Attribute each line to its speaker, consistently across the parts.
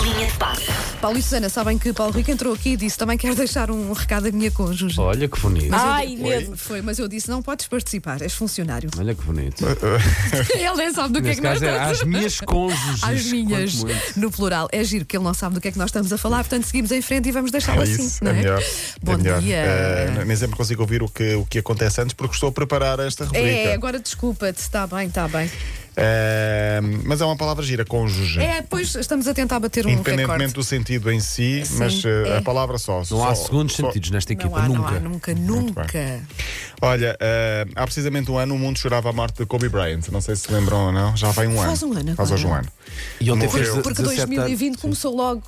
Speaker 1: Linha de passe.
Speaker 2: Paulo e Susana sabem que Paulo Rico entrou aqui e disse também quero deixar um recado à minha cônjuge.
Speaker 3: Olha que bonito.
Speaker 4: Ai, medo.
Speaker 2: Foi, foi, mas eu disse não podes participar, és funcionário.
Speaker 3: Olha que bonito.
Speaker 2: ele nem sabe do que é que
Speaker 3: Neste
Speaker 2: nós
Speaker 3: caso é
Speaker 2: estamos
Speaker 3: às minhas cônjuges.
Speaker 2: às minhas,
Speaker 3: quanto muito.
Speaker 2: no plural. É giro que ele não sabe do que é que nós estamos a falar, portanto seguimos em frente e vamos deixá-lo
Speaker 5: É
Speaker 2: assim.
Speaker 5: isso,
Speaker 2: não
Speaker 5: é
Speaker 2: é?
Speaker 5: melhor.
Speaker 2: Bom
Speaker 5: é melhor.
Speaker 2: dia.
Speaker 5: Eh, nem sempre consigo ouvir o que, o que acontece antes porque estou a preparar esta rubrica.
Speaker 2: É, agora desculpa-te, está bem, está bem.
Speaker 5: Eh, mas é uma palavra gira, cônjuge.
Speaker 2: É, pois estamos a tentar bater um
Speaker 5: Independentemente
Speaker 2: recorde.
Speaker 5: do sentido em si,
Speaker 2: Sim,
Speaker 5: mas eh,
Speaker 2: é.
Speaker 5: a palavra só.
Speaker 3: Não há
Speaker 5: só-
Speaker 3: segundos
Speaker 5: só-
Speaker 3: sentidos nesta
Speaker 2: Não
Speaker 3: equipa,
Speaker 2: há, não
Speaker 3: nunca.
Speaker 2: há, nunca, nunca.
Speaker 5: Olha, eh, há precisamente um ano o mundo chorava a morte de Kobe Bryant. Não sei se lembram ou não. Já vai um ano.
Speaker 2: Faz um ano
Speaker 5: Faz
Speaker 2: agora.
Speaker 5: hoje um ano.
Speaker 3: E ontem
Speaker 5: Morreu.
Speaker 3: fez
Speaker 5: Porque-
Speaker 2: Porque
Speaker 3: 17
Speaker 2: 2020
Speaker 3: anos.
Speaker 2: começou logo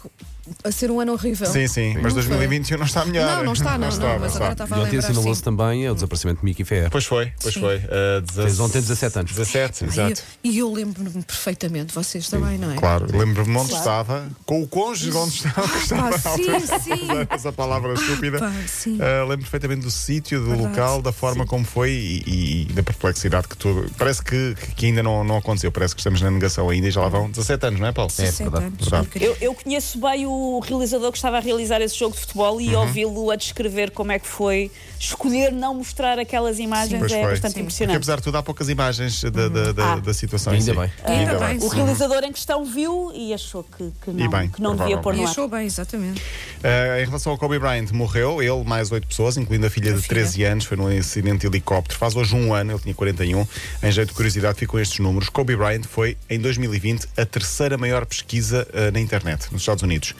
Speaker 2: a ser um ano horrível.
Speaker 5: Sim, sim, mas
Speaker 2: Não sei.
Speaker 5: 2021 não está melhor.
Speaker 2: Não, não está, não, não,
Speaker 5: está,
Speaker 2: mas
Speaker 5: não
Speaker 2: agora
Speaker 5: está.
Speaker 2: estava
Speaker 3: E
Speaker 2: a
Speaker 3: ontem
Speaker 2: lembrar.
Speaker 3: assinalou-se
Speaker 2: sim.
Speaker 3: também é o desaparecimento de Mickey Ferrer.
Speaker 5: Pois foi, pois
Speaker 2: Sim.
Speaker 5: foi. eh,
Speaker 3: Fez ontem 17 anos.
Speaker 5: 17,
Speaker 2: Ai,
Speaker 5: exato.
Speaker 2: eu- E eu, lembro-me perfeitamente, vocês também, não é?
Speaker 5: Claro, lembro-me onde estava, com o cônjuge onde estava, que estava
Speaker 2: Ah, pá,
Speaker 5: na altura,
Speaker 2: sim, sim. Ah,
Speaker 5: essa palavra estúpida.
Speaker 2: pá, sim.
Speaker 5: Ah, lembro perfeitamente do sítio, do
Speaker 2: Verdade,
Speaker 5: local, da forma como foi e, e da perplexidade que tudo. Parece que, que ainda não, não aconteceu, parece que estamos na negação ainda e já lá vão 17 anos, não é, Paulo?
Speaker 3: É,
Speaker 2: Sete
Speaker 3: verdade,
Speaker 2: anos,
Speaker 5: verdade.
Speaker 2: incrível.
Speaker 4: Eu, eu conheço bem o realizador que estava a realizar esse jogo de futebol
Speaker 5: Uhum.
Speaker 4: e ouvi-lo a descrever como é que foi escolher não mostrar aquelas imagens
Speaker 5: Pois
Speaker 4: é
Speaker 5: foi.
Speaker 4: bastante
Speaker 5: Porque
Speaker 4: impressionante.
Speaker 5: apesar de tudo, há poucas imagens da, da, da,
Speaker 4: Ah.
Speaker 5: da situação. em
Speaker 3: Ainda
Speaker 5: si.
Speaker 3: bem.
Speaker 2: Ainda bem,
Speaker 4: O
Speaker 2: Sim.
Speaker 4: realizador em questão viu e achou que, que não,
Speaker 5: bem,
Speaker 4: que não devia pôr
Speaker 2: E
Speaker 4: no ar.
Speaker 2: achou bem, exatamente.
Speaker 5: Uh, em relação ao Kobe Bryant, morreu ele, mais oito pessoas, incluindo a filha de
Speaker 2: filha.
Speaker 5: 13 anos, foi num acidente de helicóptero. Faz hoje um ano, ele tinha 41. Em jeito de curiosidade, ficam estes números. Kobe Bryant foi, em 2020, a terceira maior pesquisa uh, na internet, nos Estados Unidos.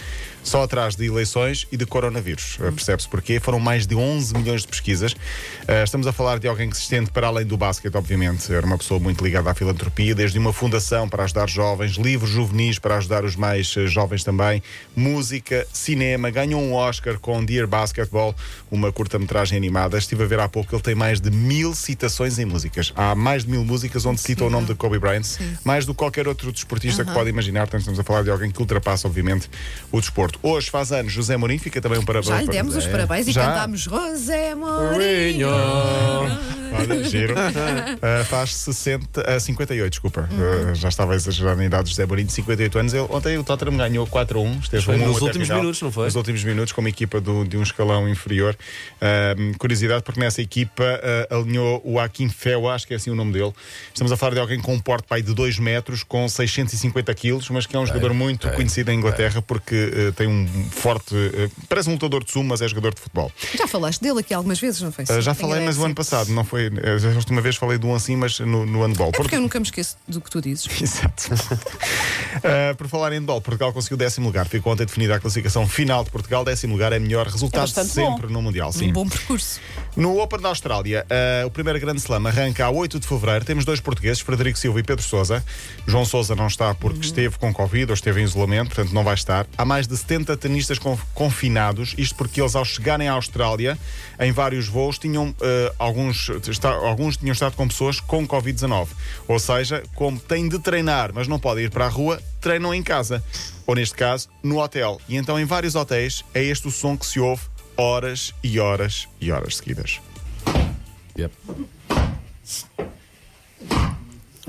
Speaker 5: Só atrás de eleições e de coronavírus. Uh, Percebe-se porquê. Foram mais de 11 milhões de pesquisas. Uh, estamos a falar de alguém que se estende para além do basquete, obviamente. Era uma pessoa muito ligada à filantropia, desde uma fundação para ajudar jovens, livros juvenis para ajudar os mais eh, jovens também, música, cinema. Ganhou um Oscar com Dear Basketball, uma curta-metragem animada. Estive a ver há pouco, ele tem mais de mil citações em músicas. Há mais de mil músicas onde cita o nome de Kobe Bryant, mais do que qualquer outro desportista que pode imaginar. Portanto, estamos a falar de alguém que ultrapassa, obviamente, o desporto. Hoje faz anos José Mourinho, fica também um parabéns.
Speaker 2: Já lhe demos os
Speaker 5: É.
Speaker 2: parabéns e
Speaker 5: Já?
Speaker 2: cantámos José Mourinho.
Speaker 3: Mourinho.
Speaker 5: Olha, giro. Uh, faz 60, ah, 58, desculpa. Uh, já estava a exagerar na idade de José Mourinho, 58 anos. Ele- ontem o Tottenham ganhou 4 a 1. Esteve
Speaker 3: Foi
Speaker 5: 1
Speaker 3: nos
Speaker 5: até a
Speaker 3: últimos
Speaker 5: final.
Speaker 3: minutos, não foi?
Speaker 5: Nos últimos minutos, como equipa do- de um escalão inferior. Um, curiosidade, porque nessa equipa ah, alinhou o Akin Feu, acho que é assim o nome dele. Estamos a falar de alguém com um porte pai de 2 metros, com 650 quilos, mas que é um jogador muito conhecido na Inglaterra porque ah, tem um forte. ah, parece um lutador de sumo, mas é jogador de futebol.
Speaker 2: Já falaste dele aqui algumas vezes, não foi? É,
Speaker 5: Uh, já
Speaker 2: Sim,
Speaker 5: falei,
Speaker 2: tenho
Speaker 5: mas o
Speaker 2: ideia
Speaker 5: ano
Speaker 2: que sim.
Speaker 5: passado, não foi. uh, A última vez falei do assim, mas no, no handball.
Speaker 2: É porque eu nunca me esqueço do que tu dizes.
Speaker 5: Exato. Uh, por falar em handball, Portugal conseguiu décimo lugar. Ficou ontem definida a classificação final de Portugal. Décimo lugar é melhor resultado
Speaker 4: bastante
Speaker 5: sempre no Mundial. Sim.
Speaker 2: Um bom percurso.
Speaker 5: No Open da Austrália, eh, o primeiro grande slam arranca a 8 de fevereiro. Temos dois portugueses, Frederico Silva e Pedro Sousa. João Sousa não está porque esteve com Covid ou esteve em isolamento, portanto não vai estar. Há mais de 70 tenistas conf- confinados, isto porque eles, ao chegarem à Austrália, em vários voos, tinham, eh, alguns, está- alguns tinham estado com pessoas com Covid-19. Ou seja, como têm de treinar, mas não podem ir para a rua, treinam em casa. Ou, neste caso, no hotel. E então, em vários hotéis, é este o som que se ouve horas e horas e horas seguidas.
Speaker 3: Yep.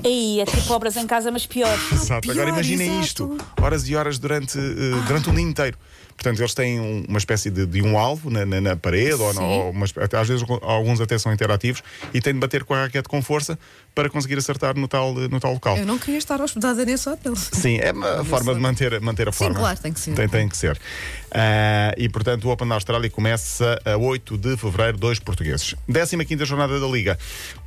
Speaker 4: Aí, é tipo obras em casa, mas pior.
Speaker 5: Exato. Agora
Speaker 2: Ah, pior,
Speaker 5: imaginem
Speaker 2: exato. Ah.
Speaker 5: isto: horas e horas durante, eh, durante o dia inteiro. Portanto, eles têm um- uma espécie de, de um alvo na, na- na parede, ou, na-
Speaker 2: Sim.
Speaker 5: ou uma espé- até- às vezes alguns até são interativos, e têm de bater com a raquete com força para conseguir acertar no tal, no tal local.
Speaker 2: Eu não queria estar hospedada nesse hotel.
Speaker 5: Oh. Sim, é uma forma de manter, manter a
Speaker 2: Sim,
Speaker 5: forma.
Speaker 2: claro, tem que ser.
Speaker 5: Tem, tem que ser. Ah, e, portanto, o Open da Austrália começa a 8 de fevereiro, dois portugueses. 15 jornada da Liga.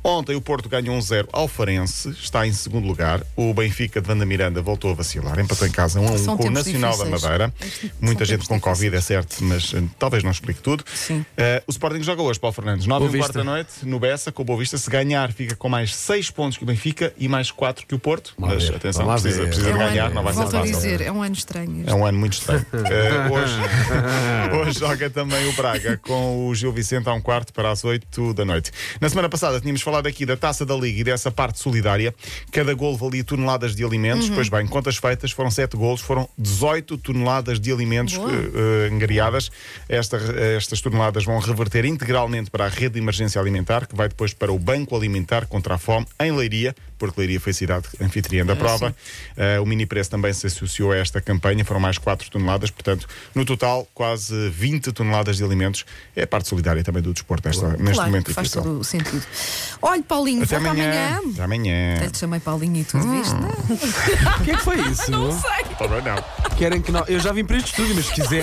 Speaker 5: Ontem o Porto ganhou 1-0 ao Farense, está em segundo lugar. O Benfica de Vanda Miranda voltou a vacilar, empatou em casa 1-1
Speaker 2: São
Speaker 5: com o
Speaker 2: tempos
Speaker 5: Nacional
Speaker 2: difíceis.
Speaker 5: da Madeira.
Speaker 2: Este-
Speaker 5: Muita
Speaker 2: são
Speaker 5: gente
Speaker 2: tempos
Speaker 5: com Covid,
Speaker 2: difíceis.
Speaker 5: é certo, mas eh, talvez não explique tudo.
Speaker 2: Sim.
Speaker 5: Eh, o Sporting joga hoje, Paulo Fernandes, 9
Speaker 3: Boa
Speaker 5: h quarto
Speaker 3: Vista.
Speaker 5: da noite, no Bessa, com o Boa Vista. Se ganhar, fica com mais 6 pontos que o Benfica e mais 4 que o Porto.
Speaker 3: Vamos
Speaker 5: Mas
Speaker 3: ver,
Speaker 5: atenção,
Speaker 3: vamos lá
Speaker 5: precisa,
Speaker 3: ver.
Speaker 5: precisa
Speaker 2: É
Speaker 5: de
Speaker 2: um
Speaker 5: ganhar,
Speaker 2: ano,
Speaker 5: não vai ser
Speaker 2: volto a
Speaker 5: fácil.
Speaker 2: dizer, é um ano estranho.
Speaker 5: É um ano muito estranho. Eh, hoje, hoje joga também o Braga com o Gil Vicente a um quarto para as oito da noite. Na semana passada tínhamos falado aqui da taça da Liga e dessa parte solidária. Cada gol valia toneladas de alimentos.
Speaker 2: Uhum.
Speaker 5: Pois bem, contas feitas, foram sete golos, foram 18 toneladas de alimentos
Speaker 2: Boa.
Speaker 5: eh, eh, angariadas. Esta- estas toneladas vão reverter integralmente para a rede de emergência alimentar, que vai depois para o Banco Alimentar contra a Fome em Leiria. Porto Leiria foi a cidade anfitriã
Speaker 2: Ah,
Speaker 5: da prova. Eh, o mini preço também se associou a esta campanha, foram mais 4 toneladas, portanto, no total, quase 20 toneladas de alimentos. É a parte solidária também do desporto nesta, neste
Speaker 2: claro,
Speaker 5: momento.
Speaker 2: que faz
Speaker 5: difícil.
Speaker 2: todo o sentido. Olha, Paulinho,
Speaker 5: Até
Speaker 2: volta
Speaker 5: amanhã. Hum.
Speaker 2: amanhã.
Speaker 5: Até amanhã.
Speaker 2: Até te chamei Paulinho e tudo, viste?
Speaker 3: O que é que foi isso?
Speaker 5: Tá bem, não.
Speaker 3: Querem que não. Eu já vim para este estúdio, mas se quiser.